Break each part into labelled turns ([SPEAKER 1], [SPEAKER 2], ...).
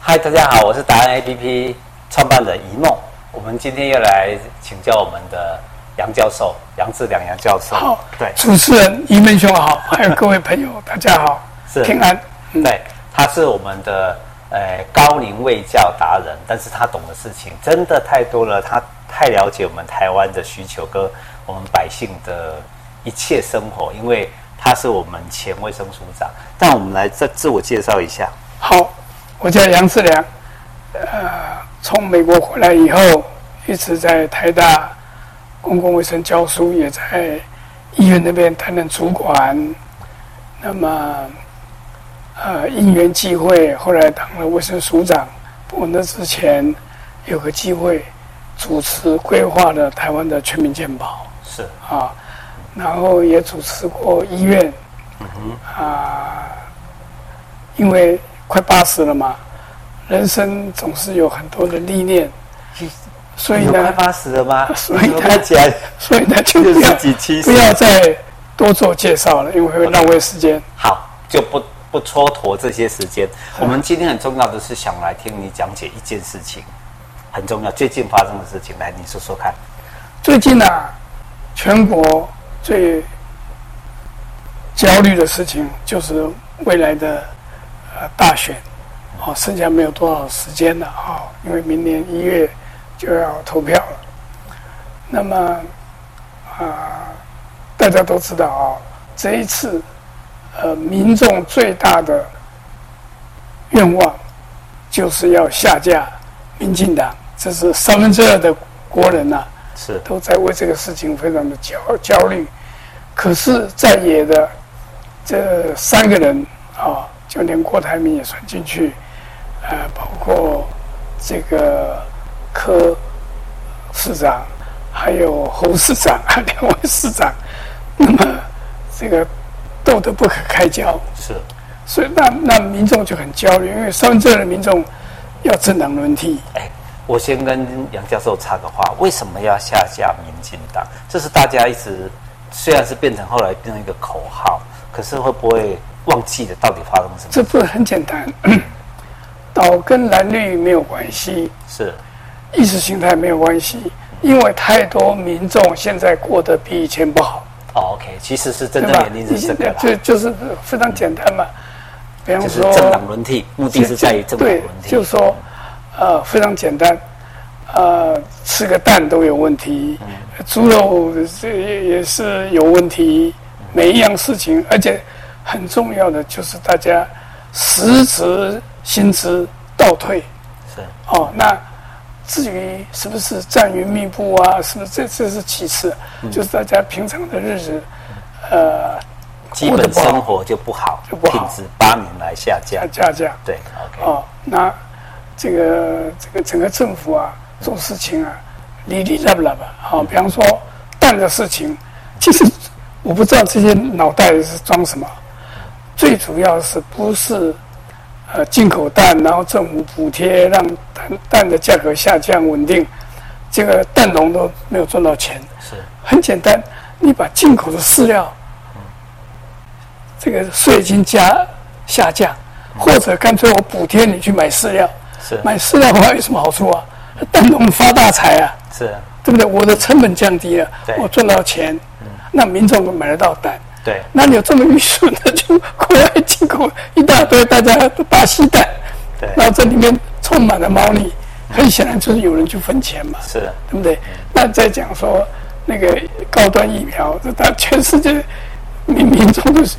[SPEAKER 1] 嗨，大家好，我是达人 APP 创办人一梦。我们今天要来请教我们的杨教授，杨志良杨教授。
[SPEAKER 2] 好，
[SPEAKER 1] 对
[SPEAKER 2] 主持人一门兄好， 还有各位朋友，大家好，
[SPEAKER 1] 是
[SPEAKER 2] 平安。
[SPEAKER 1] 对，他是我们的呃高龄卫教达人，但是他懂的事情真的太多了，他太了解我们台湾的需求跟我们百姓的一切生活，因为他是我们前卫生署长。但我们来再自我介绍一下。
[SPEAKER 2] 好，我叫杨志良，呃，从美国回来以后，一直在台大公共卫生教书，也在医院那边担任主管。那么，呃，因缘际会，后来当了卫生署长。不过那之前有个机会，主持规划了台湾的全民健保。
[SPEAKER 1] 是
[SPEAKER 2] 啊，然后也主持过医院，啊、
[SPEAKER 1] 嗯
[SPEAKER 2] 因为快八十了嘛，人生总是有很多的历练，所以
[SPEAKER 1] 你快
[SPEAKER 2] 呢，
[SPEAKER 1] 八十了吗？
[SPEAKER 2] 所以
[SPEAKER 1] 你怎么
[SPEAKER 2] 他
[SPEAKER 1] 看起来
[SPEAKER 2] 所以呢就
[SPEAKER 1] 六
[SPEAKER 2] 不要
[SPEAKER 1] 十几、七十
[SPEAKER 2] 不。要再多做介绍了，因为会浪费时间。
[SPEAKER 1] 好，就不不蹉跎这些时间。
[SPEAKER 2] 嗯
[SPEAKER 1] 我们今天很重要的是想来听你讲解一件事情，很重要，最近发生的事情，来你说说看。
[SPEAKER 2] 最近啊，全国最焦虑的事情就是未来的呃大选，哦，剩下没有多少时间了啊、哦，因为明年一月就要投票了。那么啊、大家都知道啊、这一次呃，民众最大的愿望就是要下架民进党，这是三分之二的国人呐、
[SPEAKER 1] 是
[SPEAKER 2] 都在为这个事情非常的焦焦虑。可是在野的这三个人啊，就连郭台铭也算进去，呃，包括这个柯市长，还有侯市长，还有两位市长，那么这个斗得不可开交。
[SPEAKER 1] 是
[SPEAKER 2] 所以那那民众就很焦虑，因为三分之二的民众要政党轮替。
[SPEAKER 1] 哎，我先跟杨教授插个话，为什么要下架民进党？这是大家一直虽然是变成后来变成一个口号，可是会不会忘记了到底发生什么？
[SPEAKER 2] 这不是很简单， 岛跟蓝绿没有关系，
[SPEAKER 1] 是
[SPEAKER 2] 意识形态没有关系，因为太多民众现在过得比以前不好，
[SPEAKER 1] 哦，OK，其实是真
[SPEAKER 2] 对
[SPEAKER 1] 正
[SPEAKER 2] 吧
[SPEAKER 1] 原？因是这个啦，
[SPEAKER 2] 就就是非常简单嘛。比方
[SPEAKER 1] 就是
[SPEAKER 2] 说，
[SPEAKER 1] 政党轮替，目的是在于政党
[SPEAKER 2] 对
[SPEAKER 1] 轮，替。
[SPEAKER 2] 就是说，呃，非常简单，呃，吃个蛋都有问题，
[SPEAKER 1] 嗯
[SPEAKER 2] 猪肉这也也是有问题，每一样事情，而且很重要的就是大家实职薪资倒退
[SPEAKER 1] 是
[SPEAKER 2] 哦。那至于是不是战云密布啊，是不是这这是其次，
[SPEAKER 1] 嗯
[SPEAKER 2] 就是大家平常的日子，呃，
[SPEAKER 1] 基
[SPEAKER 2] 过得
[SPEAKER 1] 本
[SPEAKER 2] 不好
[SPEAKER 1] 生活就不好，
[SPEAKER 2] 就不好
[SPEAKER 1] 品质八年来下降
[SPEAKER 2] 要。加价。
[SPEAKER 1] 对，OK，、
[SPEAKER 2] 哦，那这个这个整个政府啊，做事情啊，哩哩啦啦吧，好、比方说蛋的事情，其实我不知道这些脑袋是装什么，最主要是不是呃进口蛋，然后政府补贴让蛋蛋的价格下降稳定，这个蛋农都没有赚到钱，
[SPEAKER 1] 是
[SPEAKER 2] 很简单，你把进口的饲料，这个税金加下降，或者干脆我补贴你去买饲料，
[SPEAKER 1] 是
[SPEAKER 2] 买饲料还有什么好处啊？蛋农发大财啊，
[SPEAKER 1] 是，
[SPEAKER 2] 对不对？我的成本降低了
[SPEAKER 1] 对，嗯
[SPEAKER 2] 我赚到钱，那民众都买得到蛋。
[SPEAKER 1] 对，
[SPEAKER 2] 那你有这么愚蠢的，就国外进口一大堆大家都巴西蛋，
[SPEAKER 1] 对
[SPEAKER 2] 然后这里面充满了猫腻，很显然就是有人去分钱嘛。
[SPEAKER 1] 是
[SPEAKER 2] 对不对？那再讲说那个高端疫苗，这大全世界民民众都是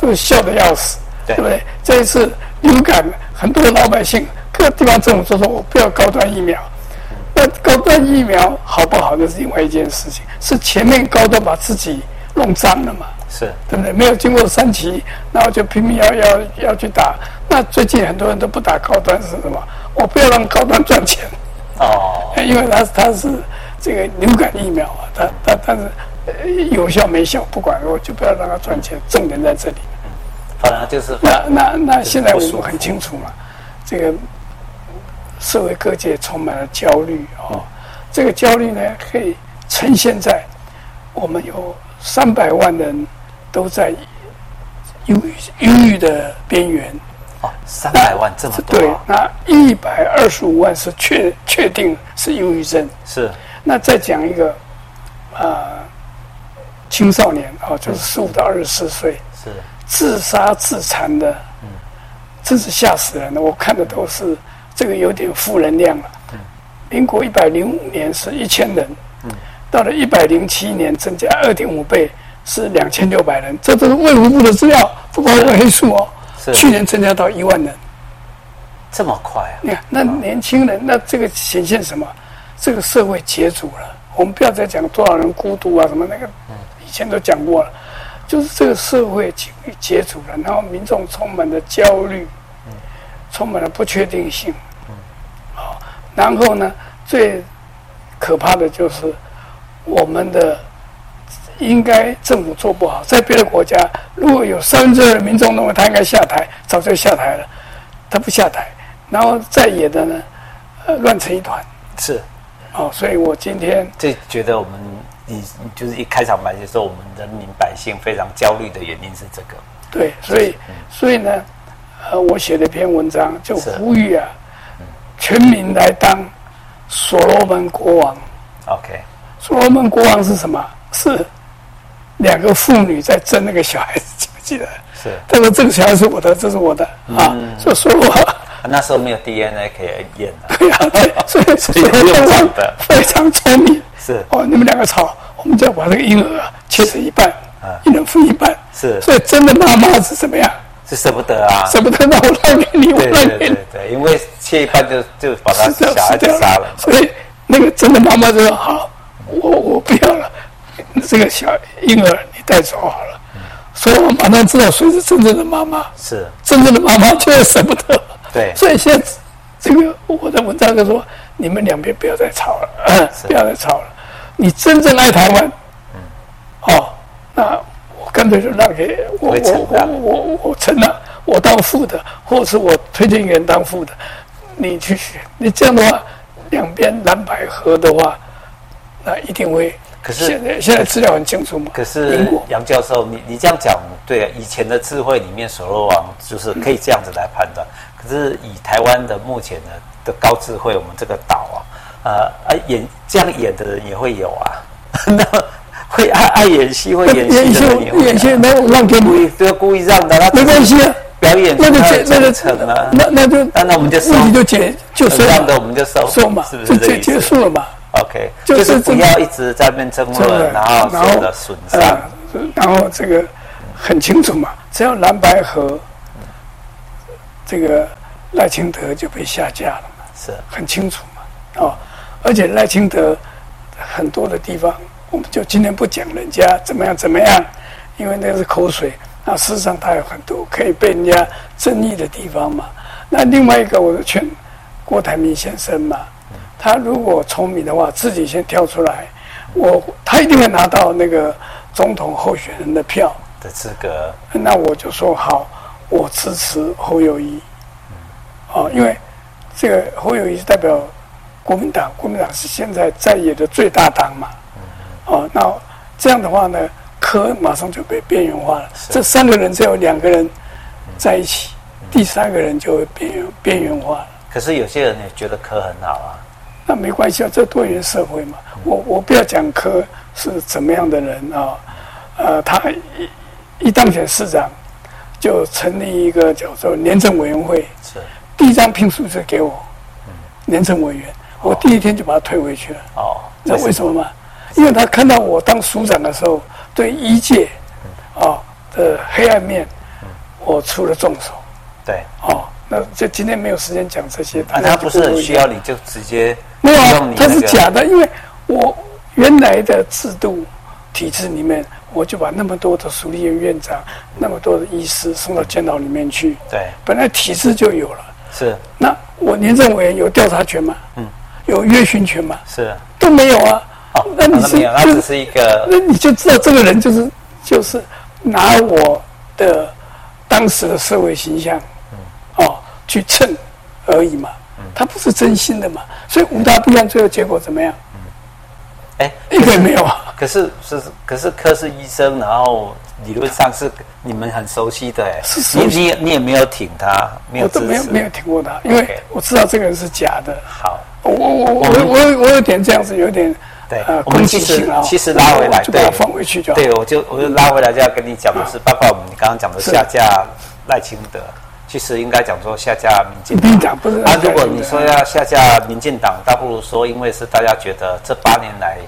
[SPEAKER 2] 都笑得要死，
[SPEAKER 1] 对
[SPEAKER 2] 不对？这一次流感，很多老百姓各地方政府都说我不要高端疫苗。那高端疫苗好不好，那是另外一件事情，是前面高端把自己弄脏了嘛。
[SPEAKER 1] 是
[SPEAKER 2] 对不对？没有经过三期，然后就拼命要要要去打。那最近很多人都不打高端是什么？我不要让高端赚钱，
[SPEAKER 1] 哦，
[SPEAKER 2] 因为它它是这个流感疫苗啊，它它但是呃有效没效不管，我就不要让它赚钱，重点在这里。
[SPEAKER 1] 反而就是
[SPEAKER 2] 那那那现在我
[SPEAKER 1] 不舒服
[SPEAKER 2] 们很清楚嘛，这个社会各界充满了焦虑哦，这个焦虑呢可以呈现在我们有三百万人都在忧郁忧郁的边缘，
[SPEAKER 1] 哦，三百万这么多、
[SPEAKER 2] 对
[SPEAKER 1] 啊，，
[SPEAKER 2] 那一百二十五万是确确定是忧郁症。
[SPEAKER 1] 是
[SPEAKER 2] 那再讲一个，呃，青少年啊、哦就是十五到二十四岁
[SPEAKER 1] 是
[SPEAKER 2] 自杀自残的，真是吓死人了。我看的都是这个有点负能量了。民国一百零五年是一千人，到了一百零七年增加二点五倍，是两千六百人。这都是卫福部的资料，不包括黑数哦。
[SPEAKER 1] 是
[SPEAKER 2] 去年增加到一万人。
[SPEAKER 1] 这么快啊？
[SPEAKER 2] 你看，那年轻人，那这个显现什么？这个社会解组了。我们不要再讲多少人孤独啊，什么那个，以前都讲过了，就是这个社会解解组了，然后民众充满了焦虑，充满了不确定性。好，然后呢，最可怕的就是我们的应该政府做不好，在别的国家，如果有三分之二的民众认为他应该下台，早就下台了，他不下台，然后在野的呢，呃，乱成一团。
[SPEAKER 1] 是，
[SPEAKER 2] 哦，所以我今天
[SPEAKER 1] 这觉得我们你你就是一开场白就说我们人民百姓非常焦虑的原因是这个，
[SPEAKER 2] 对，所以所以呢，呃，我写了一篇文章，就是呼吁啊，全民来当所罗门国王。
[SPEAKER 1] OK，
[SPEAKER 2] 所罗门国王是什么？是两个妇女在争那个小孩子，记不记得？
[SPEAKER 1] 是啊
[SPEAKER 2] 他说这个小孩是我的，这是我的啊，所以所罗门。
[SPEAKER 1] 啊那时候没有 DNA 可啊以验的、
[SPEAKER 2] 对呀、对，所以所以
[SPEAKER 1] 不
[SPEAKER 2] 非
[SPEAKER 1] 用
[SPEAKER 2] 常
[SPEAKER 1] 讲的
[SPEAKER 2] 非常聪明。
[SPEAKER 1] 是
[SPEAKER 2] 哦，你们两个吵，我们就要把这个婴儿啊切成一半，一人分一半。
[SPEAKER 1] 啊是
[SPEAKER 2] 所以真的妈妈是怎么样？
[SPEAKER 1] 是舍不得啊。
[SPEAKER 2] 舍不得让我让给你，我
[SPEAKER 1] 对对
[SPEAKER 2] 让给
[SPEAKER 1] 对
[SPEAKER 2] 你，
[SPEAKER 1] 对，因为切一半就就把他
[SPEAKER 2] 死掉
[SPEAKER 1] 小孩
[SPEAKER 2] 死
[SPEAKER 1] 子
[SPEAKER 2] 掉
[SPEAKER 1] 杀了。
[SPEAKER 2] 所以那个真的妈妈就说好，我我不要了，这个小婴儿你带走好了。
[SPEAKER 1] 嗯
[SPEAKER 2] 所以我马上知道谁是真正的妈妈。
[SPEAKER 1] 是
[SPEAKER 2] 真正的妈妈就是舍不得。
[SPEAKER 1] 对
[SPEAKER 2] 所以现在这个我的文章就说，你们两边不要再吵了，不要再吵了。你真正爱台湾，
[SPEAKER 1] 嗯
[SPEAKER 2] 哦，那我干脆就让给我
[SPEAKER 1] 我也承
[SPEAKER 2] 我我
[SPEAKER 1] 担
[SPEAKER 2] 我我我承了，我当副的，或是我推荐员当副的，你去选。你这样的话，两边蓝白合的话，那一定会。
[SPEAKER 1] 可是
[SPEAKER 2] 现在现在资料很清楚嘛？
[SPEAKER 1] 可
[SPEAKER 2] 英
[SPEAKER 1] 是
[SPEAKER 2] 国
[SPEAKER 1] 杨教授，你你这样讲，对啊以前的智慧里面，所罗王就是
[SPEAKER 2] 嗯
[SPEAKER 1] 可以这样子来判断。可是以台湾的目前的的高智慧，我们这个岛啊，呃啊演这样演的人也会有啊， 那会爱爱演戏会演
[SPEAKER 2] 演
[SPEAKER 1] 戏
[SPEAKER 2] 戏
[SPEAKER 1] 的人也会有啊
[SPEAKER 2] 演戏，那我让给
[SPEAKER 1] 故意
[SPEAKER 2] 你，
[SPEAKER 1] 对啊故意让的，他
[SPEAKER 2] 没关系啊。
[SPEAKER 1] 表演
[SPEAKER 2] 那就
[SPEAKER 1] 他
[SPEAKER 2] 解
[SPEAKER 1] 的，
[SPEAKER 2] 那就
[SPEAKER 1] 忠诚啊，
[SPEAKER 2] 那那就
[SPEAKER 1] 那那我们就收
[SPEAKER 2] 问题就解就收
[SPEAKER 1] 让的
[SPEAKER 2] 嘛
[SPEAKER 1] 我们就收
[SPEAKER 2] 收嘛
[SPEAKER 1] 是，不
[SPEAKER 2] 就是
[SPEAKER 1] 这
[SPEAKER 2] 结
[SPEAKER 1] 意思
[SPEAKER 2] 结束了嘛，
[SPEAKER 1] ？OK，
[SPEAKER 2] 就是
[SPEAKER 1] 就是不
[SPEAKER 2] 这个
[SPEAKER 1] 要一直在那边争
[SPEAKER 2] 对不对
[SPEAKER 1] 论，嗯然后受到损伤。
[SPEAKER 2] 啊然后这个很清楚嘛，只要蓝白河，这个赖清德就被下架了嘛，
[SPEAKER 1] 是
[SPEAKER 2] 很清楚嘛，哦，而且赖清德很多的地方，我们就今天不讲人家怎么样怎么样，因为那是口水。那事实上他有很多可以被人家争议的地方嘛。那另外一个，我就劝郭台铭先生嘛，他如果聪明的话，自己先跳出来，我他一定会拿到那个总统候选人的票。
[SPEAKER 1] 的资格，
[SPEAKER 2] 那我就说好，我支持侯友谊。哦，因为这个侯友谊是代表国民党，国民党是现在在野的最大党嘛。哦，那这样的话呢，柯马上就被边缘化了。这三个人只有两个人在一起，第三个人就会边缘边缘化了。
[SPEAKER 1] 可是有些人也觉得科很好啊。
[SPEAKER 2] 那没关系啊，这多元社会嘛。我我不要讲科是怎么样的人啊，呃，他一一当选市长，就成立一个叫做廉政委员会，
[SPEAKER 1] 是
[SPEAKER 2] 第一张聘书就给我，廉政委员，我第一天就把他退回去了。
[SPEAKER 1] 哦，
[SPEAKER 2] 那为什么嘛？因为他看到我当署长的时候，对医界啊的黑暗面，我出了重手。
[SPEAKER 1] 对，
[SPEAKER 2] 哦，那这今天没有时间讲这些。
[SPEAKER 1] 啊，
[SPEAKER 2] 大家
[SPEAKER 1] 他
[SPEAKER 2] 就
[SPEAKER 1] 不是很
[SPEAKER 2] 会
[SPEAKER 1] 需要你就直接
[SPEAKER 2] 没有
[SPEAKER 1] 用
[SPEAKER 2] 啊
[SPEAKER 1] 你，
[SPEAKER 2] 它是
[SPEAKER 1] 那个
[SPEAKER 2] 假的，因为我原来的制度体制里面，我就把那么多的熟立院院长、那么多的医师送到监牢里面去，
[SPEAKER 1] 对，
[SPEAKER 2] 本来体制就有了。
[SPEAKER 1] 是
[SPEAKER 2] 那我廉政委员有调查权吗？嗯，有约询权吗？
[SPEAKER 1] 是
[SPEAKER 2] 都没有啊。
[SPEAKER 1] 哦，
[SPEAKER 2] 那你
[SPEAKER 1] 啊
[SPEAKER 2] 是
[SPEAKER 1] 没有，那
[SPEAKER 2] 就
[SPEAKER 1] 只是一个
[SPEAKER 2] 那你就知道这个人就是就是拿我的当时的社会形象，
[SPEAKER 1] 嗯
[SPEAKER 2] 哦，去蹭而已嘛，他不是真心的嘛，所以五大弊案最后结果怎么样？
[SPEAKER 1] 哎，
[SPEAKER 2] 一个也没有啊，
[SPEAKER 1] 可是是可是科是医生，然后理论上是你们很熟悉的哎
[SPEAKER 2] 是，熟
[SPEAKER 1] 你
[SPEAKER 2] 悉
[SPEAKER 1] 你也你也没有挺他，没有
[SPEAKER 2] 我
[SPEAKER 1] 支
[SPEAKER 2] 都没有
[SPEAKER 1] 持，
[SPEAKER 2] 没有听过他，因为
[SPEAKER 1] OK
[SPEAKER 2] 我知道这个人是假的。
[SPEAKER 1] 好。
[SPEAKER 2] 我我我我我有我有点这样子，有点
[SPEAKER 1] 对，
[SPEAKER 2] 呃
[SPEAKER 1] 我们
[SPEAKER 2] 攻
[SPEAKER 1] 其
[SPEAKER 2] 击
[SPEAKER 1] 实
[SPEAKER 2] 性啊，
[SPEAKER 1] 其实拉回来，
[SPEAKER 2] 我就
[SPEAKER 1] 对
[SPEAKER 2] 把它，放回去就好。
[SPEAKER 1] 对，我就我就拉回来，就要跟你讲的是，包括我们刚刚讲的
[SPEAKER 2] 是
[SPEAKER 1] 下架赖清德，其实应该讲说下架民进
[SPEAKER 2] 民进党不是
[SPEAKER 1] 啊
[SPEAKER 2] 赖，清
[SPEAKER 1] 如
[SPEAKER 2] 德
[SPEAKER 1] 果你说要下架民进党，倒不如说，因为是大家觉得这八年来。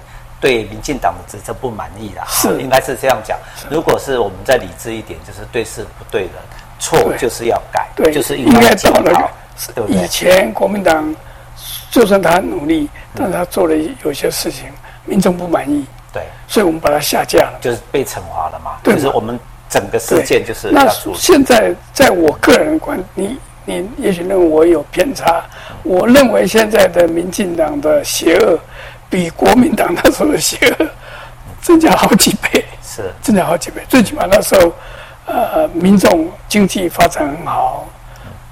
[SPEAKER 1] 对民进党的执政不满意啦，
[SPEAKER 2] 是
[SPEAKER 1] 应该是这样讲。如果是我们再理智一点，就是对事不对人，错
[SPEAKER 2] 对
[SPEAKER 1] 就是要改，
[SPEAKER 2] 对，
[SPEAKER 1] 就是
[SPEAKER 2] 应该
[SPEAKER 1] 检
[SPEAKER 2] 找那
[SPEAKER 1] 讨
[SPEAKER 2] 个，
[SPEAKER 1] 对不
[SPEAKER 2] 以
[SPEAKER 1] 对？
[SPEAKER 2] 前国民党就算他很努力，但他做了有些事情，民众不满意，
[SPEAKER 1] 对，
[SPEAKER 2] 所以我们把他下架了。
[SPEAKER 1] 就是被惩罚了嘛，
[SPEAKER 2] 对
[SPEAKER 1] 就是
[SPEAKER 2] 嘛
[SPEAKER 1] 我们整个
[SPEAKER 2] 对
[SPEAKER 1] 事件就是
[SPEAKER 2] 那
[SPEAKER 1] 要处理。
[SPEAKER 2] 现在在我个人的观，你你也许认为我有偏差，我认为现在的民进党的邪恶比国民党那时候的邪恶增加好几倍。
[SPEAKER 1] 是
[SPEAKER 2] 增加好几倍。最起码那时候，呃，民众经济发展很好，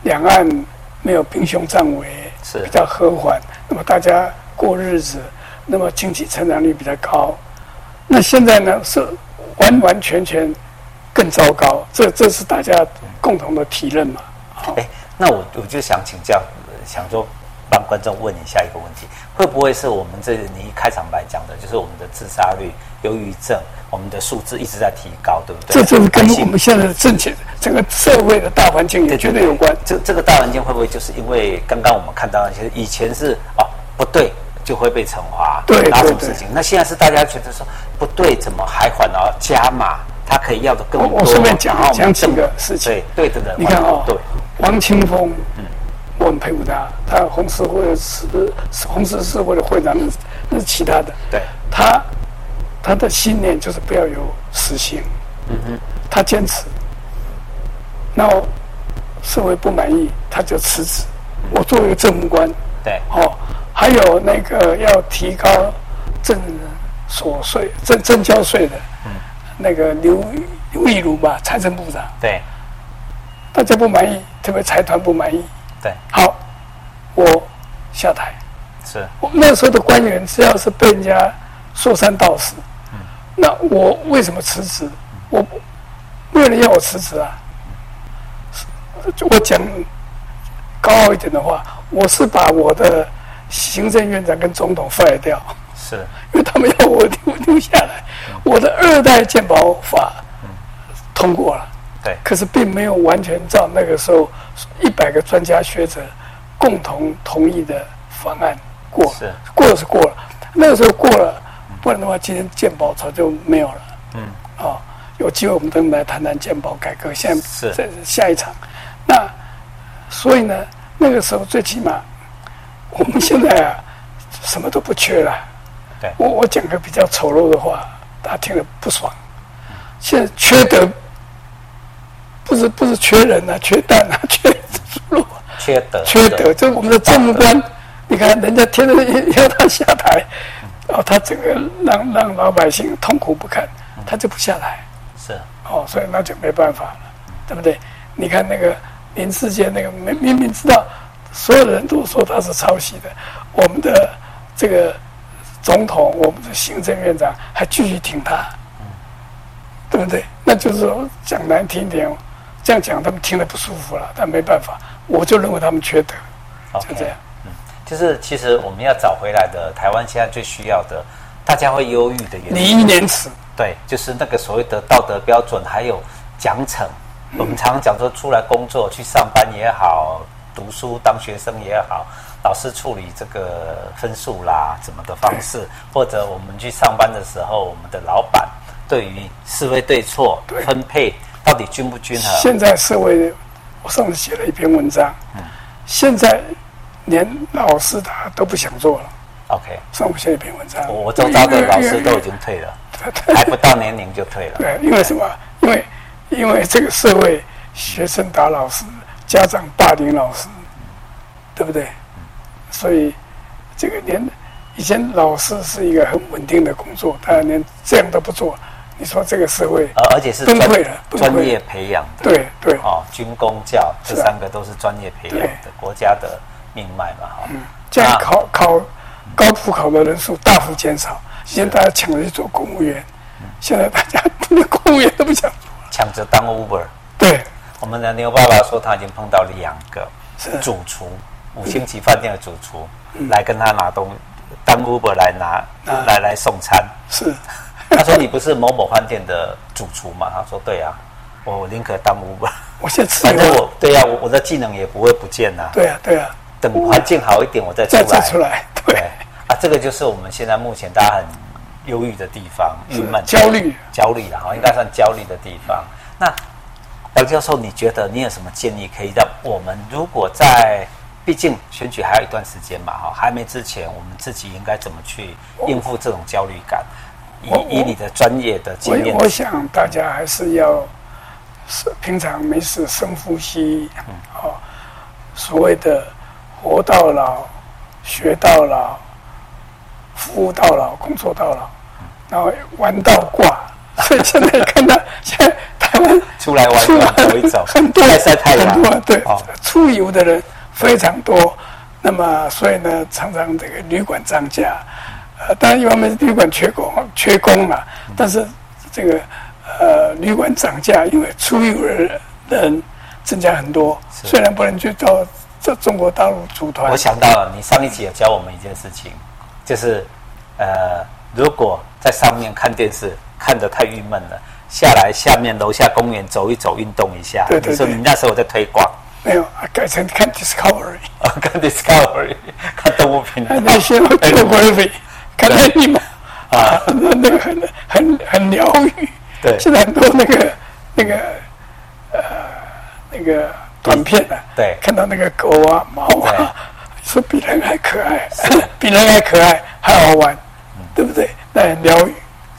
[SPEAKER 2] 两岸没有兵凶战危，
[SPEAKER 1] 是
[SPEAKER 2] 比较和缓，那么大家过日子，那么经济成长率比较高。那现在呢，是完完全全更糟糕，这这是大家共同的体认嘛。好
[SPEAKER 1] 哎、，那我我就想请教，呃想说帮观众问一下一个问题，会不会是我们这你一开场白讲的，就是我们的自杀率、忧郁症，我们的数字一直在提高，对不对？
[SPEAKER 2] 这就是跟
[SPEAKER 1] 百
[SPEAKER 2] 我
[SPEAKER 1] 姓
[SPEAKER 2] 们现在的政界、整个社会的大环境也绝对有关。
[SPEAKER 1] 这这个大环境会不会就是因为刚刚我们看到，其实以前是哦不对就会被惩罚，
[SPEAKER 2] 对
[SPEAKER 1] 然后
[SPEAKER 2] 对
[SPEAKER 1] 什么事
[SPEAKER 2] 对
[SPEAKER 1] 情？那现在是大家觉得说不对，怎么还缓啊加码？他可以要的更
[SPEAKER 2] 我
[SPEAKER 1] 多。
[SPEAKER 2] 我顺便讲
[SPEAKER 1] 然后我们
[SPEAKER 2] 讲几
[SPEAKER 1] 更
[SPEAKER 2] 个事情。
[SPEAKER 1] 对对的人，
[SPEAKER 2] 你看哦，
[SPEAKER 1] 对
[SPEAKER 2] 王清峰，我很佩服他，他红十会是红十字会的会长，那是那是其他的。
[SPEAKER 1] 对，
[SPEAKER 2] 他他的信念就是不要有死刑，他坚持，然后社会不满意，他就辞职。我作为一个政务官，
[SPEAKER 1] 对
[SPEAKER 2] 哦，还有那个要提高政所税、政政交税的，
[SPEAKER 1] 嗯
[SPEAKER 2] 那个刘刘义儒吧，财政部长，
[SPEAKER 1] 对
[SPEAKER 2] 大家不满意，特别财团不满意。
[SPEAKER 1] 对
[SPEAKER 2] 好，我下台。
[SPEAKER 1] 是
[SPEAKER 2] 我们那时候的官员只要是被人家说三道四，那我为什么辞职？我不没有人要我辞职啊。是我讲高傲一点的话，我是把我的行政院长跟总统 fire 掉，
[SPEAKER 1] 是
[SPEAKER 2] 因为他们要我留留下来。我的二代健保法通过了。
[SPEAKER 1] 对
[SPEAKER 2] 可是并没有完全照那个时候一百个专家学者共同同意的方案过了
[SPEAKER 1] 是
[SPEAKER 2] 过了是过了，那个时候过了，不然的话今天鉴宝早就没有了。嗯，啊、有机会我们等来谈谈鉴宝改革，现在
[SPEAKER 1] 是
[SPEAKER 2] 在下一场。那所以呢，那个时候最起码我们现在啊什么都不缺了。
[SPEAKER 1] 对
[SPEAKER 2] 我我讲个比较丑陋的话，大家听了不爽。现在缺德不是不是缺人啊，缺蛋啊，缺猪肉啊，
[SPEAKER 1] 缺德
[SPEAKER 2] 缺
[SPEAKER 1] 对
[SPEAKER 2] 德。这我们的政务官，你看人家天天要他下台，然后他整个让让老百姓痛苦不堪，他就不下来。
[SPEAKER 1] 是。
[SPEAKER 2] 哦，所以那就没办法了，对不对？你看那个林志坚那个，明明明知道所有人都说他是抄袭的，我们的这个总统，我们的行政院长还继续挺他，对不对？那就是说讲难听一点，哦这样讲他们听得不舒服了，但没办法，我就认为他们缺德，就
[SPEAKER 1] OK，
[SPEAKER 2] 这样。
[SPEAKER 1] 哦就是其实我们要找回来的，台湾现在最需要的，大家会忧郁的原
[SPEAKER 2] 礼
[SPEAKER 1] 因，
[SPEAKER 2] 义廉耻，
[SPEAKER 1] 对，就是那个所谓的道德标准，还有奖惩。我们常常讲说，出来工作去上班也好，读书当学生也好，老师处理这个分数啦，怎么的方式，或者我们去上班的时候，我们的老板对于是非对错
[SPEAKER 2] 对
[SPEAKER 1] 分配到底均不均衡？
[SPEAKER 2] 现在社会，我上次写了一篇文章，现在连老师他都不想做了。
[SPEAKER 1] OK，
[SPEAKER 2] 上午写一篇文章，
[SPEAKER 1] 哦我我周遭的老师
[SPEAKER 2] 因为
[SPEAKER 1] 都已经退了，还不到年龄就退了。
[SPEAKER 2] 对，因为什么？因为因为这个社会，学生打老师，家长霸凌老师，对不对？所以这个连以前老师是一个很稳定的工作，他连这样都不做，你说这个社会，
[SPEAKER 1] 而呃而且是
[SPEAKER 2] 崩
[SPEAKER 1] 专
[SPEAKER 2] 溃了崩溃了
[SPEAKER 1] 专业培养的，
[SPEAKER 2] 对对
[SPEAKER 1] 哦，军工教这
[SPEAKER 2] 是啊
[SPEAKER 1] 三个都是专业培养的
[SPEAKER 2] 对嗯
[SPEAKER 1] 国家的命脉嘛，哈、
[SPEAKER 2] 这样
[SPEAKER 1] 啊
[SPEAKER 2] 考考高普考的人数大幅减少，以前大家抢着去做公务员，现在大家连公务员都不想做。
[SPEAKER 1] 抢着当 Uber。
[SPEAKER 2] 对，
[SPEAKER 1] 我们的牛爸爸说他已经碰到两个
[SPEAKER 2] 是嗯
[SPEAKER 1] 主厨，五星级饭店的主厨、来跟他拿东当 Uber 来拿、
[SPEAKER 2] 啊
[SPEAKER 1] 来来送餐。
[SPEAKER 2] 是，
[SPEAKER 1] 他说你不是某某饭店的主厨吗？他说对啊，我宁可当 Uber，
[SPEAKER 2] 我先吃
[SPEAKER 1] 反
[SPEAKER 2] 一
[SPEAKER 1] 正
[SPEAKER 2] 碗。
[SPEAKER 1] 我对啊，我我的技能也不会不见呐、
[SPEAKER 2] 对啊，对啊，
[SPEAKER 1] 等环境好一点我再出
[SPEAKER 2] 再
[SPEAKER 1] 来。
[SPEAKER 2] 再出来，
[SPEAKER 1] 对
[SPEAKER 2] 对，
[SPEAKER 1] 啊，这个就是我们现在目前大家很忧郁的地方，郁闷、
[SPEAKER 2] 嗯焦虑。
[SPEAKER 1] 焦虑啦，好应该算焦虑的地方。那王教授，你觉得你有什么建议可以让我们如果在毕竟选举还有一段时间嘛，哈，还没之前，我们自己应该怎么去应付这种焦虑感？以
[SPEAKER 2] 我
[SPEAKER 1] 以你的专业的经验
[SPEAKER 2] 我，我想大家还是要是平常没事深呼吸，
[SPEAKER 1] 嗯
[SPEAKER 2] 哦，所谓的活到老、学到老、服务到老、工作到老，
[SPEAKER 1] 嗯
[SPEAKER 2] 然后玩到挂。所以现在看到现在台湾
[SPEAKER 1] 出来玩
[SPEAKER 2] 出来
[SPEAKER 1] 玩走一走，
[SPEAKER 2] 很多
[SPEAKER 1] 晒晒太阳
[SPEAKER 2] 很多，对
[SPEAKER 1] 哦，
[SPEAKER 2] 出游的人非常多。那么，所以呢，常常这个旅馆涨价，呃，当然一方面是旅馆缺工，缺工了，但是这个呃，旅馆涨价，因为出游的人增加很多，
[SPEAKER 1] 是
[SPEAKER 2] 虽然不能去到这中国大陆组团
[SPEAKER 1] 我，想到了，你上一集有教我们一件事情，就是呃，如果在上面看电视看得太郁闷了，下来下面楼下公园走一走，运动一下。
[SPEAKER 2] 对对
[SPEAKER 1] 你说
[SPEAKER 2] 对
[SPEAKER 1] 你那时候在推广，
[SPEAKER 2] 没有啊改成看 Discovery，
[SPEAKER 1] 啊，看 Discovery，看 动物频道
[SPEAKER 2] 看那些 Geography，看那你们啊，那那个很很很疗愈。
[SPEAKER 1] 对
[SPEAKER 2] 现在很多那个那个呃那个短片啊，
[SPEAKER 1] 对
[SPEAKER 2] 看到那个狗啊、猫啊，说比人还可爱，比人还可爱，还好玩，对不对？那很疗愈，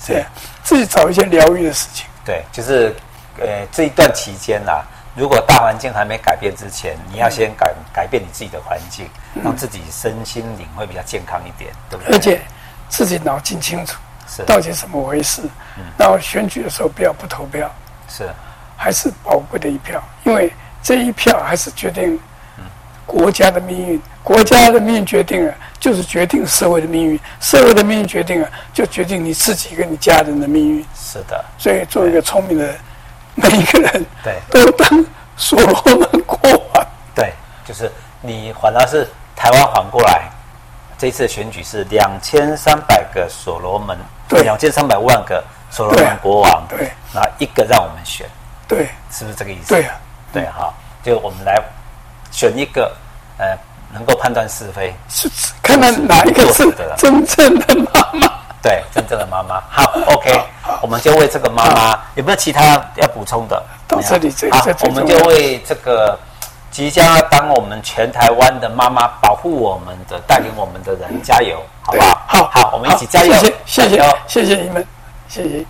[SPEAKER 2] 对，自己找一些疗愈的事情，
[SPEAKER 1] 对，就是呃这一段期间啦、如果大环境还没改变之前，你要先改改变你自己的环境，让自己身心灵会比较健康一点，对不
[SPEAKER 2] 嗯而
[SPEAKER 1] 对？
[SPEAKER 2] 且自己脑筋清楚
[SPEAKER 1] 是
[SPEAKER 2] 到底怎么回事。然后选举的时候不要不投票，
[SPEAKER 1] 是
[SPEAKER 2] 还是宝贵的一票，因为这一票还是决定国家的命运，国家的命运决定了，就是决定社会的命运，社会的命运决定了，就决定你自己跟你家人的命运。
[SPEAKER 1] 是的，
[SPEAKER 2] 所以，做一个聪明的人，每一个人
[SPEAKER 1] 对
[SPEAKER 2] 都当所罗门国王。
[SPEAKER 1] 对，就是你反而是台湾缓过来，这一次的选举是两千三百个所罗门，
[SPEAKER 2] 对
[SPEAKER 1] 两千三百万个所罗门国王，
[SPEAKER 2] 对对，
[SPEAKER 1] 然后一个让我们选，
[SPEAKER 2] 对
[SPEAKER 1] 是不是这个意思？
[SPEAKER 2] 对啊，
[SPEAKER 1] 对哈，就我们来选一个，呃，能够判断是非，
[SPEAKER 2] 是是看看哪一个是
[SPEAKER 1] 做得了
[SPEAKER 2] 真正的妈妈。
[SPEAKER 1] 对，真正的妈妈。好，OK，我们就为这个妈妈，有没有其他要补充的？
[SPEAKER 2] 到这里这
[SPEAKER 1] 好
[SPEAKER 2] 这，最
[SPEAKER 1] 我们
[SPEAKER 2] 重
[SPEAKER 1] 就
[SPEAKER 2] 要
[SPEAKER 1] 为这个即将要当我们全台湾的妈妈，保护我们的、带领我们的人，加油，好不好？
[SPEAKER 2] 好
[SPEAKER 1] 好，我们一起加油
[SPEAKER 2] 谢谢，谢
[SPEAKER 1] 加油
[SPEAKER 2] 谢，谢谢你们，谢谢。